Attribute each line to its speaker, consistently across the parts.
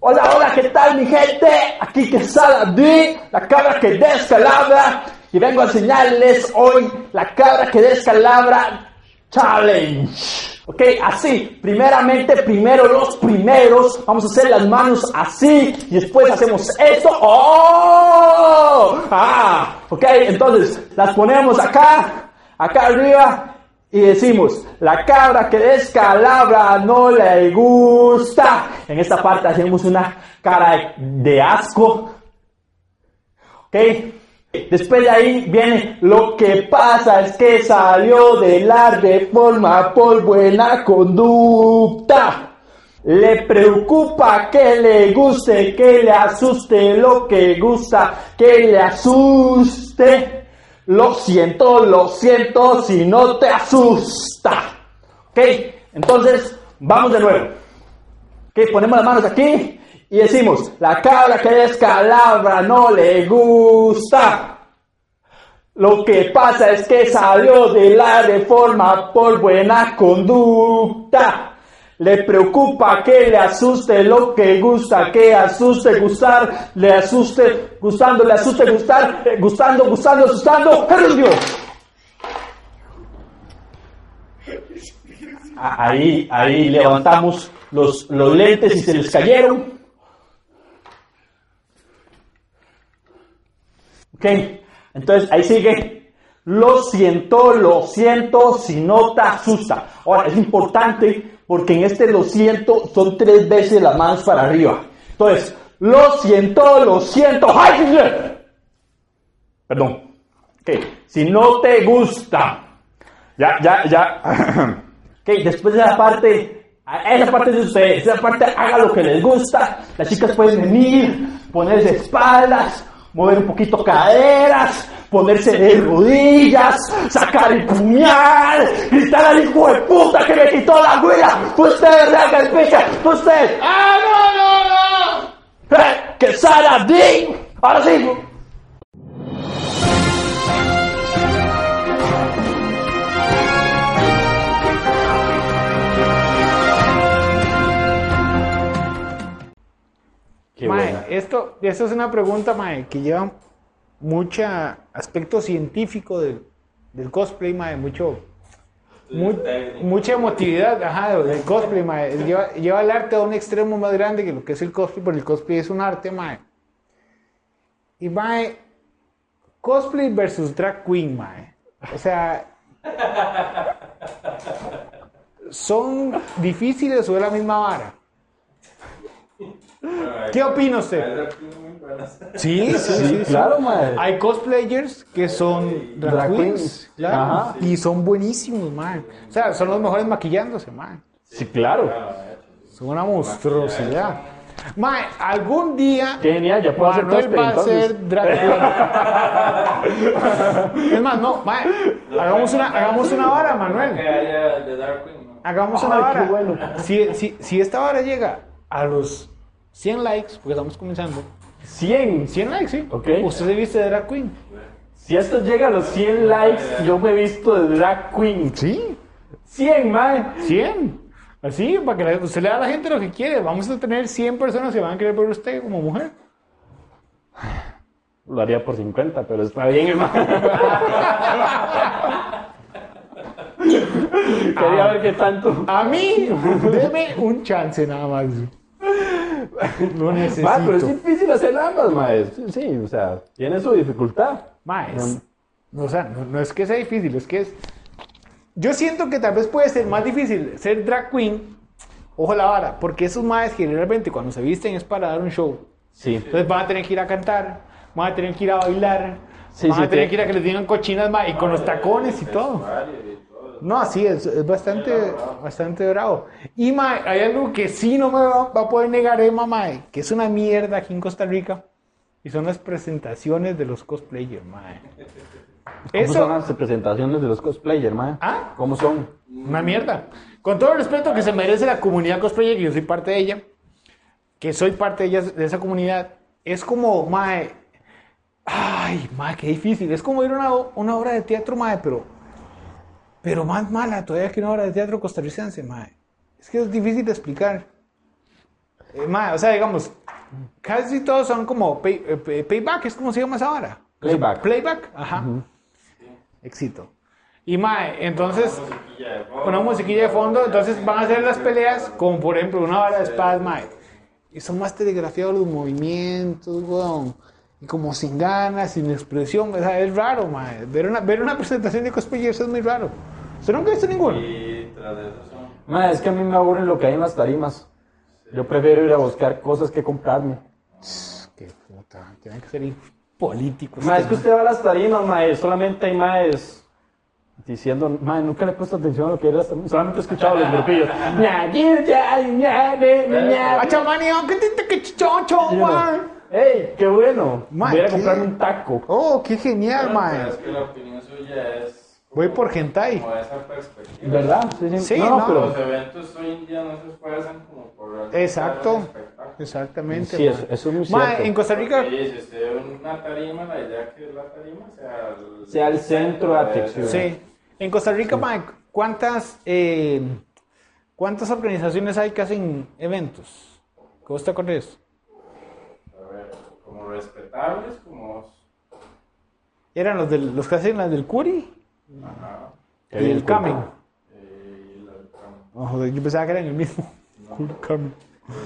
Speaker 1: Hola, hola, ¿qué tal mi gente? Aquí que D, la cabra que descalabra, y vengo a enseñarles hoy la cabra que descalabra challenge. Ok, así, primeramente, primero los primeros, vamos a hacer las manos así, y después hacemos esto. ¡Oh! Ah, ok, entonces las ponemos acá, acá arriba, y decimos, la cabra que descalabra no le gusta. En esta parte hacemos una cara de asco. ¿Ok? Después de ahí viene, lo que pasa es que salió de la reforma por buena conducta. Le preocupa que le guste, que le asuste lo que gusta, que le asuste. Lo siento, lo siento si no te asusta. ¿Ok? Entonces, vamos de nuevo. ¿Ok? Ponemos las manos aquí y decimos, la cabra que descalabra no le gusta. Lo que pasa es que salió de la reforma por buena conducta. Le preocupa que le asuste lo que gusta, que asuste gustar, le asuste gustando, le asuste gustar, eh, gustando, gustando, asustando. ¡Eres Dios! A- Ahí, ahí levantamos los, los lentes y se les cayeron. Ok, entonces ahí sigue. Lo siento, lo siento, si no te asusta. Ahora, es importante porque en este lo siento son tres veces las manos para arriba. Entonces, lo siento, lo siento. ¡Ay! Perdón. Ok, si no te gusta. Ya, ya, ya. ok, después de la parte, a- esa parte de ustedes, esa parte haga lo que les gusta. Las chicas pueden venir, ponerse espaldas, mover un poquito caderas, ponerse de rodillas, sacar el puñal, gritar al hijo de puta que me quitó la güera. Ustedes hagan el picha, ustedes. ¡Ah, no, no, no! Eh, ¡Que Sara D! Ahora sí. Qué
Speaker 2: Mae,
Speaker 1: buena.
Speaker 2: esto, esto es una pregunta, mae, que lleva mucho aspecto científico del, del cosplay, mae, mucho, mu- mucha emotividad, ajá, del cosplay, mae. Lleva, lleva el arte a un extremo más grande que lo que es el cosplay, porque el cosplay es un arte, mae. Y, mae, cosplay versus drag queen, mae. O sea, son difíciles o es la misma vara. ¿Qué opina usted? Sí, sí, sí, sí.
Speaker 1: Claro, madre.
Speaker 2: Hay cosplayers que son drag,
Speaker 1: Eh, Drag
Speaker 2: queens,
Speaker 1: queens.
Speaker 2: claro,
Speaker 1: Ajá.
Speaker 2: y son buenísimos, man. O sea, son los mejores maquillándose, man.
Speaker 1: Sí, claro.
Speaker 2: Son una monstruosidad. Man, algún día
Speaker 1: Qué genial, ya puedo hacer
Speaker 2: Manuel
Speaker 1: cosplay,
Speaker 2: va a
Speaker 1: entonces.
Speaker 2: ser drag queen. es más, no, man, hagamos una, hagamos una vara, Manuel.
Speaker 3: de Dark Queen, ¿no?
Speaker 2: Hagamos una
Speaker 1: Ay,
Speaker 2: vara.
Speaker 1: qué bueno.
Speaker 2: Si, si, si esta vara llega a los 100 likes, porque estamos comenzando,
Speaker 1: 100.
Speaker 2: 100 likes, sí.
Speaker 1: Ok.
Speaker 2: Usted se viste de drag queen.
Speaker 1: Si esto llega a los 100 likes, yo me he visto de drag queen.
Speaker 2: Sí.
Speaker 1: 100, mae.
Speaker 2: 100. Así, para que la- usted le da a la gente lo que quiere. Vamos a tener 100 personas que van a querer ver usted como mujer.
Speaker 1: Lo haría por 50, pero está bien, hermano.
Speaker 2: Ah.
Speaker 1: Quería ver qué tanto.
Speaker 2: A mí, deme un chance nada más. No necesito.
Speaker 1: Ma, pero es difícil hacer ambas, mae. Sí, sí, o sea, tiene su dificultad.
Speaker 2: Ma, es- o sea, no, no es que sea difícil, es que es... Yo siento que tal vez puede ser más difícil ser drag queen, ojo la vara, porque esos madres generalmente cuando se visten es para dar un show.
Speaker 1: Sí.
Speaker 2: Entonces van a tener que ir a cantar, van a tener que ir a bailar,
Speaker 1: Sí,
Speaker 2: van
Speaker 1: sí,
Speaker 2: a tener
Speaker 1: te-
Speaker 2: que ir a que les digan cochinas ma, y con los tacones y todo. No, sí, es, es bastante, bastante bravo. Y ma, hay algo que sí no me va, va a poder negar Emma, ma, que es una mierda aquí en Costa Rica. Y son las presentaciones de los cosplayers, mae.
Speaker 1: ¿Cómo son
Speaker 2: Eso,
Speaker 1: las presentaciones de los cosplayers, mae?
Speaker 2: ¿Ah?
Speaker 1: ¿Cómo son?
Speaker 2: una mierda. Con todo el respeto que se merece la comunidad cosplayer, que yo soy parte de ella, que soy parte de, ellas- de esa comunidad, es como, mae, ay, mae, qué difícil. Es como ir a una, una obra de teatro, mae, pero, pero más mala todavía que una obra de teatro costarricense, mae. Es que es difícil de explicar. Eh, mae, o sea, digamos, casi todos son como pay- eh, pay- payback, es como se llama esa vara.
Speaker 1: Playback.
Speaker 2: Playback, ajá. Éxito. Y mae, entonces, una musiquilla de fondo, entonces van a hacer las peleas, como por ejemplo una vara de espadas, mae. Y son más telegrafiados los movimientos, weón. Y como sin ganas, sin expresión, o sea, es raro, mae. Ver una, ver una presentación de cosplayers es muy raro. ¿Usted nunca ha visto ninguno?
Speaker 4: Y tras de eso son.
Speaker 1: Ma, es que a mí me aburren lo que hay en las tarimas. Yo prefiero ir a buscar cosas que comprarme.
Speaker 2: Qué puta, tienen que ser políticos.
Speaker 1: Ma, es que usted va a las tarimas, ma, y solamente hay maes diciendo, ma, nunca le he puesto atención a lo que era, solamente he escuchado los grupillos. Ña, ña, ña, ña, ña,
Speaker 2: Eh,
Speaker 1: ña,
Speaker 2: Ah,
Speaker 1: ña.
Speaker 2: Achamanio, que te que chichoncho,
Speaker 1: Y uno, ¡Ey, qué bueno!
Speaker 2: Ma,
Speaker 1: Voy a
Speaker 2: ¿qué?
Speaker 1: comprarme un taco.
Speaker 2: Oh, qué genial,
Speaker 4: Pero Pues
Speaker 1: pues.
Speaker 4: es
Speaker 2: mae.
Speaker 4: que la opinión suya es. como-
Speaker 2: Voy por hentai.
Speaker 4: Como esa perspectiva.
Speaker 1: ¿Verdad? Sí,
Speaker 2: Sí,
Speaker 1: no,
Speaker 2: no,
Speaker 1: pero
Speaker 4: Los eventos hoy en día no se esfuerzan como por. realizar un
Speaker 2: Exacto.
Speaker 4: espectáculo.
Speaker 2: Exactamente.
Speaker 1: Sí,
Speaker 2: mae.
Speaker 1: eso- eso es muy
Speaker 2: Mae,
Speaker 1: cierto.
Speaker 2: en Costa Rica,
Speaker 4: Porque dice usted una tarima, la idea que es la tarima sea el,
Speaker 1: Sea el centro de atención.
Speaker 2: sí. En Costa Rica, mae, ¿cuántas, eh, ¿cuántas organizaciones hay que hacen eventos? ¿Cómo está con eso?
Speaker 4: A ver, como respetables, como.
Speaker 2: Eran los, del, los que hacen las del Curi
Speaker 4: Ajá.
Speaker 1: Qué
Speaker 2: y
Speaker 1: bien,
Speaker 2: el Camen.
Speaker 4: eh, y la-
Speaker 2: Oh, joder, yo pensaba que eran el mismo. Curi, Camen.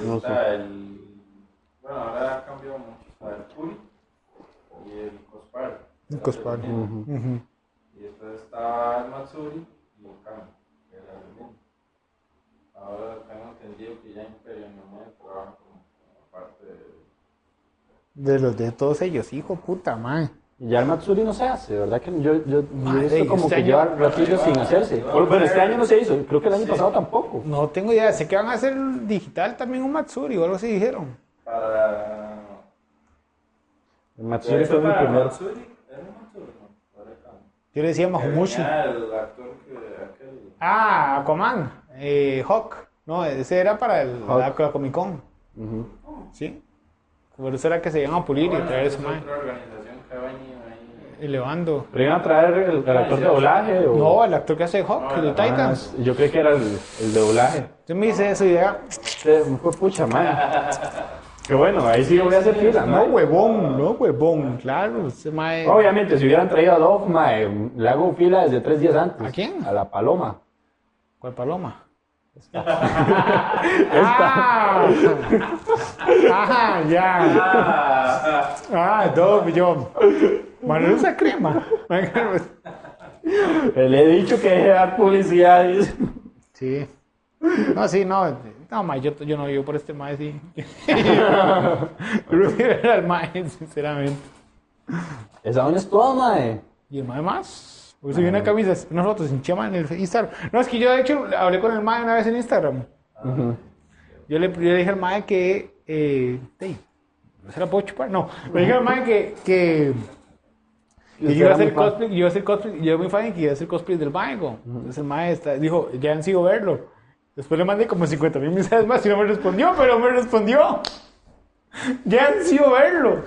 Speaker 1: No
Speaker 4: o
Speaker 1: sé.
Speaker 4: sea, el- Bueno, ahora ha cambiado mucho. Está el Curi y el Cospar.
Speaker 2: El Cospar.
Speaker 4: Y
Speaker 2: Ujú.
Speaker 4: después está el Matsuri y el Kami, que era el mismo. Ahora tengo entendido que ya Imperio no trabaja como, como parte de.
Speaker 2: De los de todos ellos, hijo puta, mae.
Speaker 1: Y Ya el Matsuri no se hace, ¿verdad? Que yo, yo, yo he
Speaker 2: Madre,
Speaker 1: visto como
Speaker 2: este
Speaker 1: que
Speaker 2: año- Ah,
Speaker 1: lleva ratillo sin hacerse. Bueno, pero este año no se hizo, creo que el año pasado tampoco.
Speaker 2: No tengo idea, sé que van a hacer digital también un Matsuri o algo así dijeron.
Speaker 4: Para.
Speaker 1: El Matsuri fue mi
Speaker 4: para
Speaker 1: primero.
Speaker 4: Matsuri, era Matsuri, no, era Kami.
Speaker 2: Yo le decía Mahumushi.
Speaker 4: Era el actor que aquel.
Speaker 2: Ah, Aquaman, eh, Hawk. No, ese era para el,
Speaker 1: Hawk.
Speaker 2: la, la Comic Con. Sí. Pero eso era que se iban a pulir y
Speaker 4: Bueno,
Speaker 2: traer
Speaker 4: es
Speaker 2: su man.
Speaker 4: otra organización que ha venido ahí.
Speaker 2: Elevando.
Speaker 1: ¿Pero iban a traer el, el actor de doblaje? O...
Speaker 2: Ah, No, el actor que hace Hawk,
Speaker 4: No,
Speaker 2: el de
Speaker 4: ah,
Speaker 2: Titans.
Speaker 1: Ah, yo creí que era el, el de doblaje.
Speaker 2: Yo me hice esa idea.
Speaker 1: Este, fue pucha, man. Qué bueno, ahí sí voy a hacer fila,
Speaker 2: No,
Speaker 1: mae.
Speaker 2: huevón, no, huevón. Claro, ese mae.
Speaker 1: Obviamente, si hubieran traído a Dove, mae, le hago fila desde tres días antes.
Speaker 2: ¿A quién?
Speaker 1: A la paloma.
Speaker 2: ¿Cuál paloma?
Speaker 1: Esta.
Speaker 2: Ah, ah, ya.
Speaker 4: Ah,
Speaker 2: Ah, Dove, yo. Manuel usa crema.
Speaker 1: Eh, Le he dicho que deje de dar publicidad. dice.
Speaker 2: Sí. No, sí, no. No, ma, yo, yo no vivo por este mae, sí. yo prefiero ir al mae, sinceramente.
Speaker 1: Esa dónde es toda, mae.
Speaker 2: Y el mae más. Hoy subí una camisa, unas fotos sin chema en el Instagram. No, es que yo de hecho hablé con el mae una vez en Instagram. Yo le, yo le dije al mae que. Eh, ey, ¿No se la puedo chupar? No. Le dije al mae que. que que yo iba a hacer cosplay, yo iba a hacer cosplay, yo muy fan y que iba a hacer cosplay del Mago. Entonces el maestro dijo, ya han sido verlo. Después le mandé como 50 mil mensajes más y no me respondió, pero me respondió. Ya han sido verlo.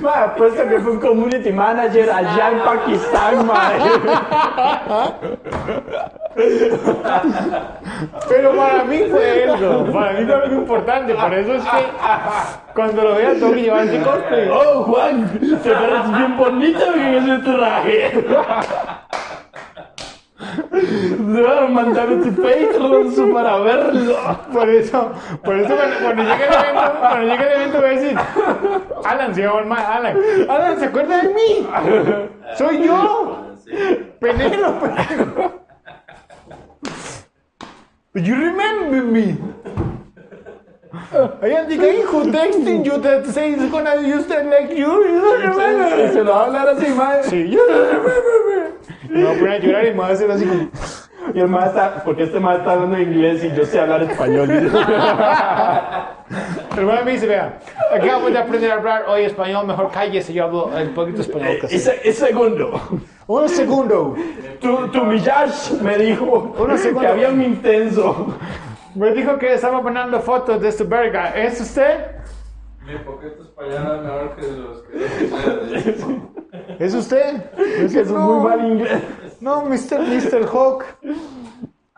Speaker 1: Mae, apuesto que fue un community manager allá en Pakistán, mae.
Speaker 2: Pero para mí fue algo, para mí fue algo importante. Por eso es que cuando lo veas tengo que llevar ese cosplay.
Speaker 1: Oh, Juan, te pareces bien bonito en ese traje. Deben mandar a tu Patreon para verlo.
Speaker 2: Por eso, por eso cuando, cuando llegue el evento, cuando llegue el evento voy a decir, Alan, se llama el mae, Alan, Alan, ¿se acuerda de mí? Soy yo.
Speaker 4: sí.
Speaker 2: Penélope. You remember me. I am the guy who texted you that says he's gonna use that like you. You don't remember.
Speaker 1: Se lo va a hablar así, mae.
Speaker 2: Sí, you don't remember me. Me voy a poner a llorar y me voy a hacer así como.
Speaker 1: Y el mae está, porque este mae está hablando inglés y yo sé hablar español.
Speaker 2: El hermano me dice: Vea, acabo de aprender a hablar hoy español, mejor cállese. Yo hablo un poquito español. que sé.
Speaker 1: Ese, ese segundo,
Speaker 2: Un segundo.
Speaker 1: tu, tu Millash me dijo
Speaker 2: Una segunda.
Speaker 1: que había un intenso.
Speaker 2: Me dijo que estaba mandando fotos de su verga. ¿Es usted?
Speaker 4: Mi poquito español es mejor que los que.
Speaker 2: ¿Es usted? Es
Speaker 1: Eso es muy mal inglés.
Speaker 2: No, Mr. Mr. Hawk.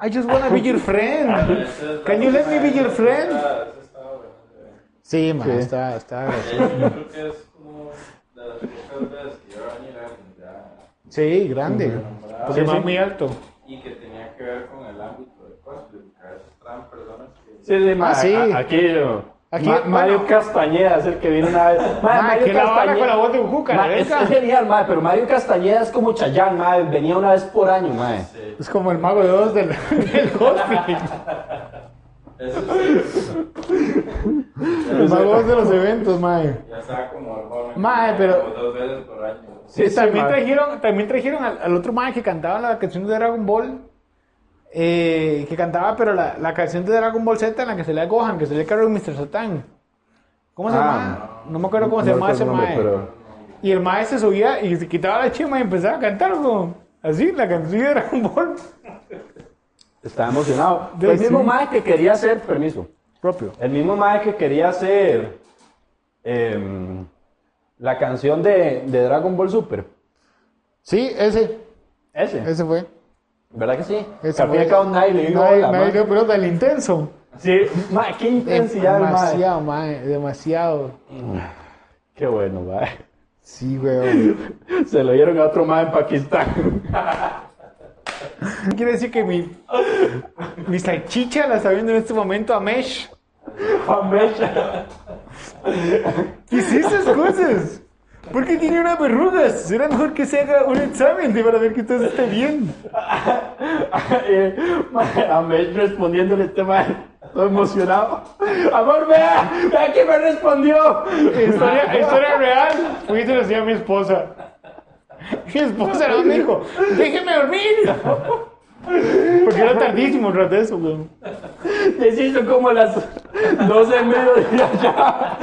Speaker 2: I just wanna be your friend. Can you let me be your friend?
Speaker 4: Ah, eso estaba bueno.
Speaker 2: Sí, ma,
Speaker 5: Sí.
Speaker 2: está, está.
Speaker 4: Ella Yo creo que es como de las pocas veces que iba a venir alguien ya
Speaker 2: Sí, grande.
Speaker 4: nombrado.
Speaker 2: Porque es muy alto.
Speaker 4: y que tenía que ver con el ámbito de cosplay, porque a veces traen personas que
Speaker 1: Sí, sí, ma,
Speaker 2: Ah, sí.
Speaker 1: a- Aquí, lo-
Speaker 2: Aquí,
Speaker 1: Ma-
Speaker 2: bueno.
Speaker 1: Mario Castañeda es el que vino una vez. Ma,
Speaker 2: Ma,
Speaker 1: Mario
Speaker 2: que la vara
Speaker 1: Castañeda-
Speaker 2: con la voz de Bujuca,
Speaker 1: Ma,
Speaker 2: la
Speaker 1: es,
Speaker 2: verga.
Speaker 1: es genial, ma, pero Mario Castañeda es como Chayán, ma, venía una vez por año, ma.
Speaker 4: se...
Speaker 2: Es como el mago de dos del, del cosplay.
Speaker 4: Eso sí,
Speaker 2: El mago de Oz de los eventos, mae.
Speaker 4: ya estaba como el joven.
Speaker 2: Mae,
Speaker 4: como
Speaker 2: pero-
Speaker 4: dos veces por año.
Speaker 1: Sí, sí,
Speaker 2: también,
Speaker 1: ma.
Speaker 2: trajeron, también trajeron al, al otro mae que cantaba la canción de Dragon Ball. eh, que cantaba, pero la, la canción de Dragon Ball Z en la que se le Gohan, que se le Carol Mr. Satan. ¿Cómo se
Speaker 1: Ah,
Speaker 2: llama? No me acuerdo cómo se
Speaker 1: No
Speaker 2: llamaba ese
Speaker 1: recuerdo el
Speaker 2: mae.
Speaker 1: nombre,
Speaker 2: Y el mae se subía y se quitaba la chema y empezaba a cantar, como, Así, la canción de Dragon Ball.
Speaker 1: pero Estaba emocionado.
Speaker 2: Sí,
Speaker 1: el mismo
Speaker 2: sí.
Speaker 1: mae que quería hacer, permiso,
Speaker 2: Propio.
Speaker 1: el mismo mae que quería hacer em, la canción de, de Dragon Ball Super.
Speaker 2: Sí, ese.
Speaker 1: Ese,
Speaker 2: Ese fue.
Speaker 1: ¿verdad que sí?
Speaker 2: Ese
Speaker 1: Al fin y
Speaker 2: fue.
Speaker 1: al cabo, nadie le dijo
Speaker 2: Nadie,
Speaker 1: hola,
Speaker 2: nadie
Speaker 1: ma.
Speaker 2: dio pelota, el intenso.
Speaker 1: Sí, ma, qué intensidad, el mae.
Speaker 2: demasiado, mae, demasiado.
Speaker 1: Qué bueno, mae.
Speaker 2: Sí, weón.
Speaker 1: Se lo dieron a otro mae en Pakistán.
Speaker 2: Quiere decir que mi, mi salchicha la está viendo en este momento a Mesh.
Speaker 1: Amecha.
Speaker 2: ¿Qué es esas cosas? ¿Por qué tiene unas verrugas? Será mejor que se haga un examen de para ver que usted esté bien.
Speaker 1: Eh, ma, Amesh respondiéndole este mae. Todo emocionado. Amor, vea, vea quién me respondió.
Speaker 2: Historia, historia real. Porque te lo decía mi esposa. Mi esposa no me dijo, déjeme dormir. Porque era tardísimo tras de eso, weón.
Speaker 1: Deshizo como a las 12 de mediodía allá.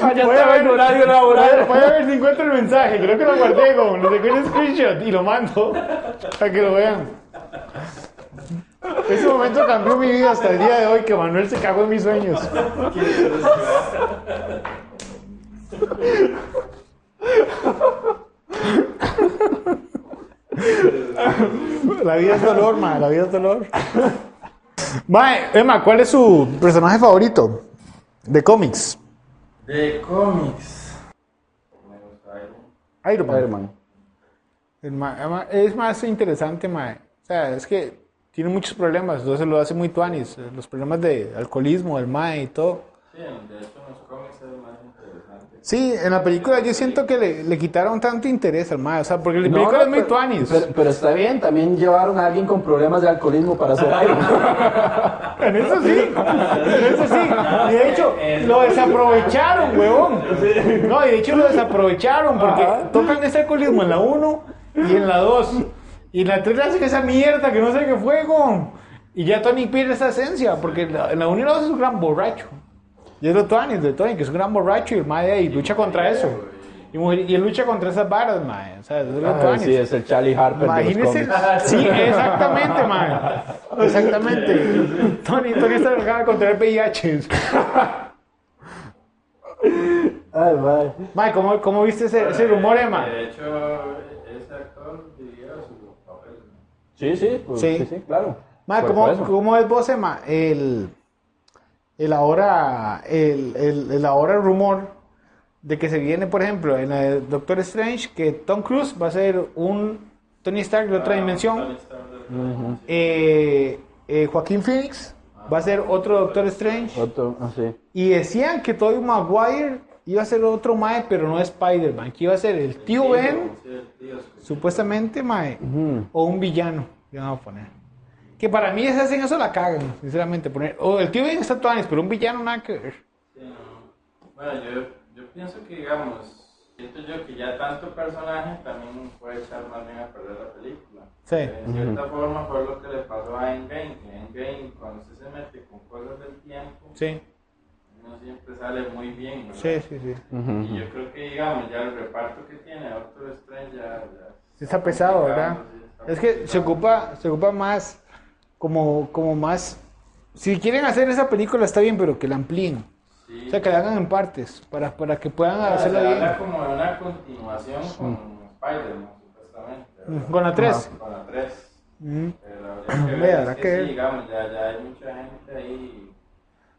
Speaker 1: Allá
Speaker 2: Voy a
Speaker 1: estaba en
Speaker 2: ver-
Speaker 1: horario
Speaker 2: Voy
Speaker 1: laboral.
Speaker 2: a ver si encuentro el mensaje. Creo que lo guardé como lo saqué un screenshot y lo mando para que lo vean. Ese momento cambió mi vida hasta el día de hoy que Manuel se cagó en mis sueños. La vida es dolor, ma. La vida es dolor. Mae, Emma, ¿cuál es su personaje favorito de cómics?
Speaker 4: De cómics. Me gusta Iron
Speaker 2: Iron Man.
Speaker 1: man.
Speaker 2: El ma- ama- es más interesante, mae. O sea, es que tiene muchos problemas, entonces lo hace muy tuanis. eh, Los problemas de alcoholismo, el mae y todo.
Speaker 4: Sí, de hecho en los cómics es más interesante.
Speaker 2: Sí, en la película yo siento que le, le quitaron tanto interés al mae. O sea, porque la película es muy
Speaker 1: pero,
Speaker 2: tuanis.
Speaker 1: pero- pero está bien, también llevaron a alguien con problemas de alcoholismo para hacer Iron Man.
Speaker 2: En eso sí, en eso sí. Y de hecho, lo desaprovecharon, huevón. No, y de hecho lo desaprovecharon porque tocan ese alcoholismo en la 1 y en la 2. Y en la 3 le hacen esa mierda que no sé qué fue, huevón. Y ya Tony pierde esa esencia porque en la- en la 1 y la 2 es un gran borracho. Y es lo Tony, de Tony, que es un gran borracho y el mae ahí lucha contra eso. Y, mujer- y él lucha contra esas varas, mae. O sea, es lo
Speaker 1: Ah,
Speaker 2: Tony.
Speaker 1: sí, es el Charlie Harper de
Speaker 2: Imagínese.
Speaker 1: los cómics.
Speaker 2: Sí, exactamente, man. Exactamente. Tony, Tony está enojado contra el VIH.
Speaker 1: Ay, madre.
Speaker 2: Man, ¿cómo, cómo viste ese, ese rumor, Emma?
Speaker 4: De hecho, ese actor vivía su papel.
Speaker 1: Sí, sí, pues,
Speaker 2: Sí.
Speaker 1: sí. sí, claro. Pues,
Speaker 2: Man,
Speaker 1: Por
Speaker 2: ¿cómo,
Speaker 1: eso.
Speaker 2: ¿cómo es vos, Emma? El, el ahora el, el, el ahora rumor de que se viene, por ejemplo, en la de Doctor Strange, que Tom Cruise va a ser un Tony Stark de otra dimensión. Eh, eh, Joaquín Phoenix va a ser otro Doctor Strange.
Speaker 1: Otro, ah, sí.
Speaker 2: Y decían que Tobey Maguire iba a ser otro Mae, pero no Spider-Man, que iba a ser el tío Ben, supuestamente Mae, o un villano, le van a poner. Que para mí si hacen eso la cagan, sinceramente. Poner, o el tío Ben está tuanis, pero un villano nada que ver.
Speaker 4: Bueno, yo, yo pienso que, digamos, siento yo que ya tanto personaje también puede echar más bien a perder la película.
Speaker 2: Sí.
Speaker 4: De cierta forma fue lo que le pasó a Endgame. que Endgame, cuando usted se mete con cosas del tiempo,
Speaker 2: Sí,
Speaker 4: no siempre sale muy bien. ¿verdad?
Speaker 2: sí, sí, sí.
Speaker 4: Y yo creo que, digamos, ya el reparto que tiene Doctor Strange ya. ya
Speaker 2: Está pesado, ¿verdad?
Speaker 4: sí, está
Speaker 2: Es que se
Speaker 4: complicado.
Speaker 2: ocupa, se ocupa más, como, como más. Si quieren hacer esa película está bien, pero que la amplíen.
Speaker 4: Sí.
Speaker 2: O sea, que la hagan en partes, para, para que puedan
Speaker 4: Ah, se
Speaker 2: hacerla
Speaker 4: habla
Speaker 2: bien.
Speaker 4: como de una continuación con Spider-Man, supuestamente. ¿verdad?
Speaker 2: Con la 3.
Speaker 4: Con la 3.
Speaker 2: Ujú.
Speaker 4: Pero habría que ver,
Speaker 2: Vea, habrá
Speaker 4: es que
Speaker 2: que ver.
Speaker 4: sí, digamos, ya, ya hay mucha gente ahí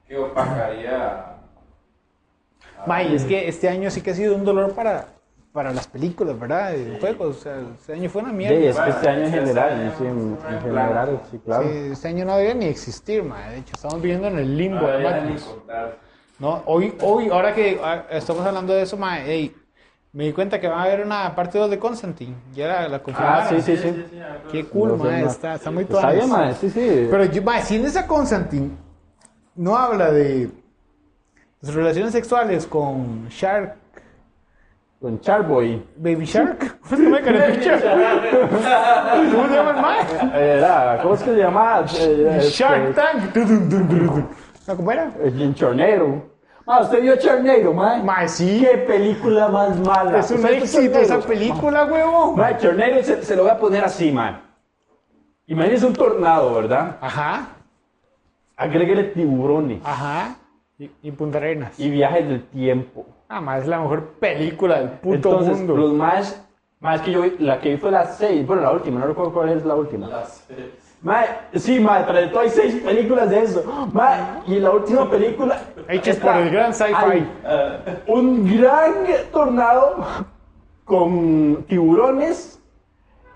Speaker 4: que opacaría
Speaker 2: Mae, y es que este año sí que ha sido un dolor para, para las películas, ¿verdad? De juegos. O sea, este año fue una mierda.
Speaker 1: Sí, es que este año en general, sí, en, en general, sí, claro.
Speaker 2: Sí, este año no debe ni existir, mae. De hecho, estamos viviendo en el
Speaker 1: Ah,
Speaker 2: limbo de
Speaker 4: Todavía ni
Speaker 2: Matrix.
Speaker 4: contar.
Speaker 2: No, hoy, hoy, ahora que ah, estamos hablando de eso, mae, ey, me di cuenta que va a haber una parte 2 de Constantine. Ya la, la confirmaron.
Speaker 1: Ah, sí, sí, sí.
Speaker 2: Qué cool,
Speaker 1: No Pues sé,
Speaker 2: mae,
Speaker 1: ma.
Speaker 2: está, está muy
Speaker 1: Está
Speaker 2: tuanis.
Speaker 1: bien, mae, sí, sí.
Speaker 2: Pero yo, mae, si en esa Constantine no habla de sus relaciones sexuales con Shark,
Speaker 1: Con Charboy.
Speaker 2: Baby Shark, ¿cómo se llama el Baby Shark? ¿Cómo se llama el mae?
Speaker 1: Era, ¿cómo es que se llama? Eh, este,
Speaker 2: Shark Tank. ¿No, ¿Cómo era?
Speaker 1: El Chinchornero. Ma, usted vio Charnero, ma.
Speaker 2: Mae, sí.
Speaker 1: Qué película más mala.
Speaker 2: Es un
Speaker 1: ¿Usted vio
Speaker 2: éxito
Speaker 1: Chornero?
Speaker 2: esa película, huevo.
Speaker 1: Ma, Chornero se, se lo voy a poner así, ma. Imagínese un tornado, ¿verdad?
Speaker 2: Ajá,
Speaker 1: Agréguele tiburones
Speaker 2: ajá. Y, y Punta Arenas.
Speaker 1: y viajes del tiempo.
Speaker 2: Ah, mae, es la mejor película del puto
Speaker 1: Entonces,
Speaker 2: mundo.
Speaker 1: los más, más que yo vi- la que vi fue la 6, bueno, la última, no recuerdo cuál es la última.
Speaker 4: Las seis.
Speaker 1: Ma, sí, ma, pero de todo hay seis películas de eso. Ma, y la última película.
Speaker 2: Hechas
Speaker 1: está-
Speaker 2: por el gran sci-fi.
Speaker 1: hay Un gran tornado con tiburones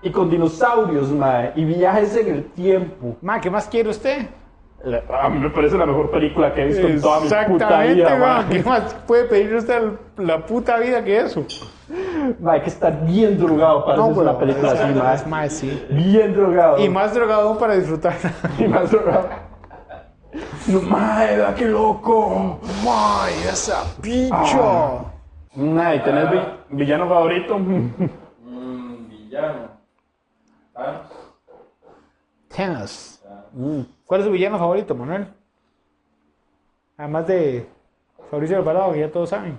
Speaker 1: y con dinosaurios, ma, y viajes en el tiempo.
Speaker 2: Mae, ¿qué más quiere usted?
Speaker 1: La- A mí me parece la mejor película que he visto en toda mi puta
Speaker 2: Exactamente,
Speaker 1: vida, ma.
Speaker 2: weón. ¿Qué más puede pedir usted al- la puta vida que eso?
Speaker 1: Ma, hay que estar bien drogado para hacer una película así, ma.
Speaker 2: más, más, sí.
Speaker 1: Bien drogado.
Speaker 2: Y más drogado aún para disfrutar.
Speaker 1: Y más drogado. No, madre, ¿verdad? qué loco.
Speaker 2: ¡May, esa picho!
Speaker 1: Ah. Nah, ¿y tenés vi- villano favorito?
Speaker 4: Mm, villano. Ah, Thanos.
Speaker 2: Thanos. Mm. ¿Cuál es su villano favorito, Manuel? Además de Fabricio Alvarado, que ya todos saben.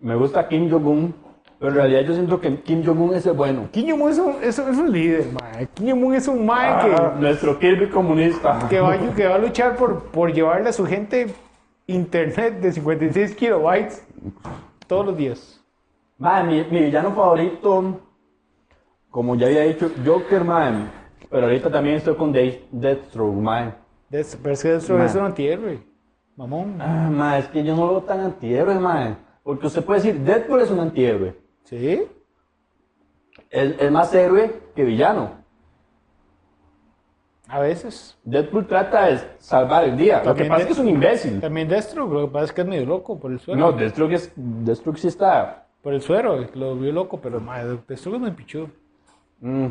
Speaker 1: Me gusta Kim Jong-un, pero en realidad yo siento que Kim Jong-un es el bueno.
Speaker 2: Kim Jong-un es un, es, un- es un líder, mae. Kim Jong-un es un mae
Speaker 1: Ah, nuestro Kirby comunista.
Speaker 2: que, que, va, que va a luchar por, por llevarle a su gente internet de 56 kilobytes todos los días.
Speaker 1: Madre, mi, mi villano favorito, como ya había dicho, Joker, man. Pero ahorita también estoy con Death- Deathstroke, man.
Speaker 2: Des- Pero es que eso,
Speaker 1: Mae.
Speaker 2: eso no tiene, mamón.
Speaker 1: Ah, ma, es que yo no lo veo tan antihéroe, man. Porque usted puede decir, Deadpool es un antihéroe.
Speaker 2: ¿Sí?
Speaker 1: Es, es más héroe que villano.
Speaker 2: A veces.
Speaker 1: Deadpool trata de salvar el día. Lo que
Speaker 2: También
Speaker 1: pasa
Speaker 2: de-
Speaker 1: es que es un imbécil.
Speaker 2: También Deathstroke, lo que pasa es que es medio loco por el suero.
Speaker 1: No, Deathstroke, es, Deathstroke sí está.
Speaker 2: Por el suero, eh, lo vio loco, pero madre, Deathstroke es muy pichudo.
Speaker 1: mm.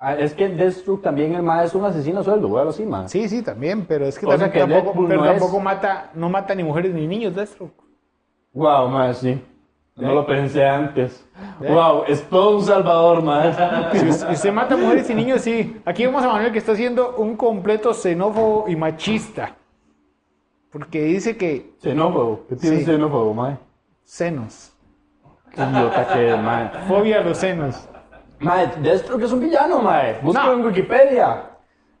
Speaker 1: Ah, es que Deathstroke también el ma es un asesino a sueldo, o algo así, ma.
Speaker 2: Sí, sí, también, pero es que,
Speaker 1: O sea
Speaker 2: también
Speaker 1: que
Speaker 2: tampoco,
Speaker 1: Deadpool
Speaker 2: pero
Speaker 1: no es-
Speaker 2: tampoco mata, no mata ni mujeres ni niños Deathstroke.
Speaker 1: Wow, ma, sí. No lo pensé antes.
Speaker 2: ¿Eh?
Speaker 1: Wow, es todo un salvador, ma.
Speaker 2: Si us- si usted mata mujeres y niños, sí. Aquí vemos a Manuel que está siendo un completo xenófobo y machista. Porque dice que
Speaker 1: Xenófobo. ¿Qué tiene
Speaker 2: Sí.
Speaker 1: xenófobo, ma?
Speaker 2: senos.
Speaker 1: Qué idiota que es, ma.
Speaker 2: Fobia a los senos.
Speaker 1: Ma, Deathstroke es un villano, ma. Búscalo
Speaker 2: No.
Speaker 1: en Wikipedia.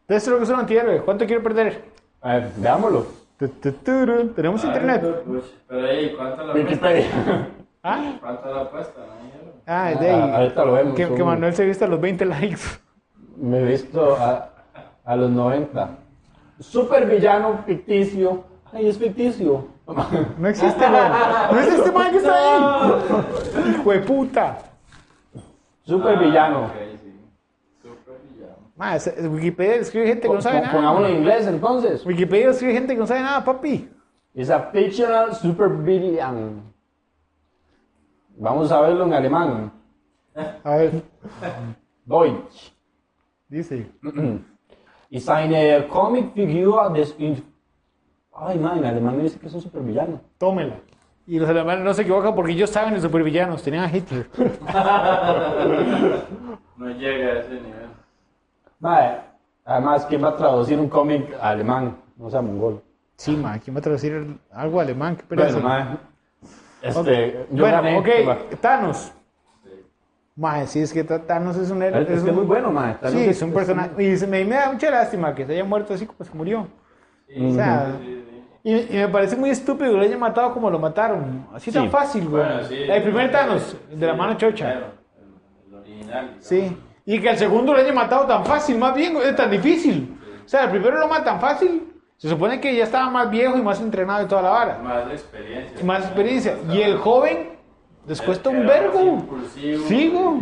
Speaker 2: Deathstroke es un antihéroe. ¿Cuánto quiere perder?
Speaker 1: A ver, veámoslo.
Speaker 2: Tu, tu, turun. Tenemos internet.
Speaker 4: ah, pues, Pero ahí, ¿cuánto la apuesta?
Speaker 1: Wikipedia.
Speaker 2: Ah,
Speaker 4: ¿Cuánto la apuesta? No dijeron.
Speaker 2: Ah, es de
Speaker 1: Ah,
Speaker 2: ahí.
Speaker 1: ahorita lo vemos,
Speaker 2: Que, que
Speaker 1: hombre.
Speaker 2: Manuel se vista a los 20 likes.
Speaker 1: Me he visto a, a los 90. Super villano ficticio. Ay, es ficticio.
Speaker 2: No existe, güey. No es este man que está ahí. Hijo de puta.
Speaker 1: Super
Speaker 2: Ah,
Speaker 1: villano.
Speaker 4: Ok, sí. Super villano.
Speaker 2: Ma, es- es- Wikipedia escribe gente que no sabe
Speaker 1: Pongámoslo en
Speaker 2: nada.
Speaker 1: inglés entonces.
Speaker 2: Wikipedia escribe gente que no sabe nada, papi.
Speaker 1: Es a fictional super villain. Vamos a verlo en alemán.
Speaker 2: A ver,
Speaker 1: Deutsch.
Speaker 2: dice.
Speaker 1: Ist eine Comicfigur des... In- Ay, man, en alemán me dice que es un supervillano.
Speaker 2: Tómela. Y los alemanes no se equivocan porque ellos saben de supervillanos. Tenían a Hitler.
Speaker 4: No llega a ese nivel.
Speaker 1: Madre, además, ¿quién va a traducir un cómic a alemán? No sea mongol.
Speaker 2: Sí, ma, ¿quién va a traducir el- algo alemán? Qué
Speaker 1: Bueno,
Speaker 2: pereza.
Speaker 1: madre. Este, yo
Speaker 2: Bueno,
Speaker 1: gané.
Speaker 2: ok, Thanos. Ma, sí, es que Ta- Thanos es un héroe.
Speaker 1: Es, es que es muy bueno, madre.
Speaker 2: Sí, es un personaje. Y se me, me da mucha lástima que se haya muerto así como se murió. O sea, y, y me parece muy estúpido que lo hayan matado como lo mataron. Así
Speaker 1: Sí.
Speaker 2: tan fácil, güey.
Speaker 4: Bueno, sí.
Speaker 2: el primer Thanos, de la
Speaker 4: Sí,
Speaker 2: mano chocha.
Speaker 4: claro, el- el original. digamos.
Speaker 2: Sí. Y que el segundo lo hayan matado tan fácil, más bien, es tan difícil. O sea, el primero lo matan fácil Se supone que ya estaba más viejo y más entrenado y toda la vara.
Speaker 4: Más la experiencia.
Speaker 2: Más experiencia.
Speaker 4: O sea,
Speaker 2: Y el joven les cuesta un
Speaker 4: era más
Speaker 2: vergo.
Speaker 4: impulsivo.
Speaker 2: Sí, güey.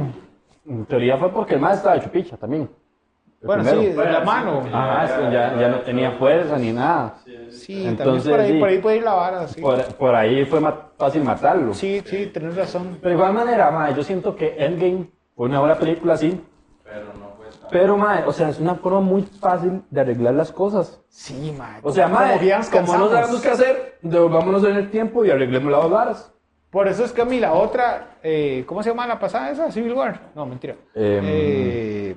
Speaker 1: En teoría fue porque el más estaba chupicha también. El
Speaker 2: Bueno,
Speaker 1: primero.
Speaker 2: sí, de la
Speaker 4: sí,
Speaker 2: mano.
Speaker 4: sí.
Speaker 1: Ajá, es que Ah, ya, ya no tenía fuerza ni nada.
Speaker 2: Sí,
Speaker 1: Entonces,
Speaker 2: también por ahí,
Speaker 1: sí.
Speaker 2: por ahí puede ir la vara, sí.
Speaker 1: Por, por ahí fue ma- fácil matarlo.
Speaker 2: Sí, sí, tenés razón.
Speaker 1: Pero de igual manera, mae, yo siento que Endgame fue una buena película así.
Speaker 4: Pero no fue tan.
Speaker 1: Pero, mae, o sea, es una forma muy fácil de arreglar las cosas.
Speaker 2: Sí, madre.
Speaker 1: O sea, mae,
Speaker 2: ya nos
Speaker 1: como no
Speaker 2: cansamos.
Speaker 1: sabemos qué hacer, devolvámonos en el tiempo y arreglemos las varas.
Speaker 2: Por eso es que a mí la otra, eh, ¿cómo se llama la pasada esa? Civil War. No, mentira.
Speaker 1: Em,
Speaker 2: Eh,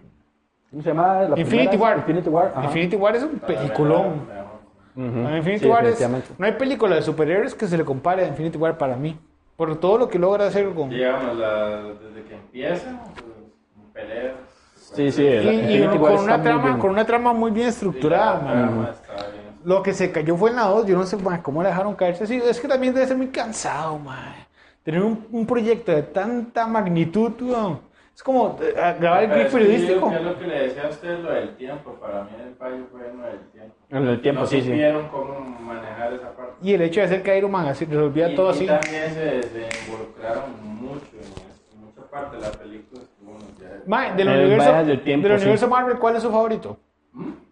Speaker 1: ¿Cómo se llama? La
Speaker 2: Infinity
Speaker 1: primera?
Speaker 2: War.
Speaker 1: Infinity War. ajá.
Speaker 2: Infinity War es un peliculón.
Speaker 1: Ujú.
Speaker 2: A mí Infinity
Speaker 1: Sí,
Speaker 2: War es,
Speaker 1: definitivamente.
Speaker 2: no hay película de superhéroes que se le compare a Infinity War para mí. Por todo lo que logra hacer con...
Speaker 4: Digamos, la, desde que empieza, pues, peleas.
Speaker 1: Sí, sí, el-
Speaker 2: y- y
Speaker 1: Infinity War
Speaker 2: con,
Speaker 1: está
Speaker 2: una
Speaker 1: muy
Speaker 2: trama,
Speaker 1: bien.
Speaker 2: con una trama muy bien estructurada,
Speaker 4: Sí, la
Speaker 2: man.
Speaker 4: trama está bien.
Speaker 2: Lo que se cayó fue en la 2, yo no sé man, cómo la dejaron caerse así. Es que también debe ser muy cansado, man. Tener un, un proyecto de tanta magnitud, weón. Es como eh, grabar el clip
Speaker 4: Pero es que yo
Speaker 2: periodístico.
Speaker 4: creo que es lo que le decía a usted, lo del tiempo. Para mí el fallo fue lo del tiempo.
Speaker 1: En el tiempo,
Speaker 4: no
Speaker 1: sí, sí.
Speaker 4: supieron cómo manejar esa parte.
Speaker 2: Y el hecho de hacer que Iron Man así resolvía
Speaker 4: y,
Speaker 2: todo
Speaker 4: y
Speaker 2: así.
Speaker 4: también se, se involucraron mucho en eso. En mucha parte de la película estuvo en los viajes.
Speaker 2: Ma, del
Speaker 1: El
Speaker 2: universo,
Speaker 1: viaje del tiempo,
Speaker 2: del
Speaker 1: sí.
Speaker 2: universo Marvel, ¿cuál es su favorito?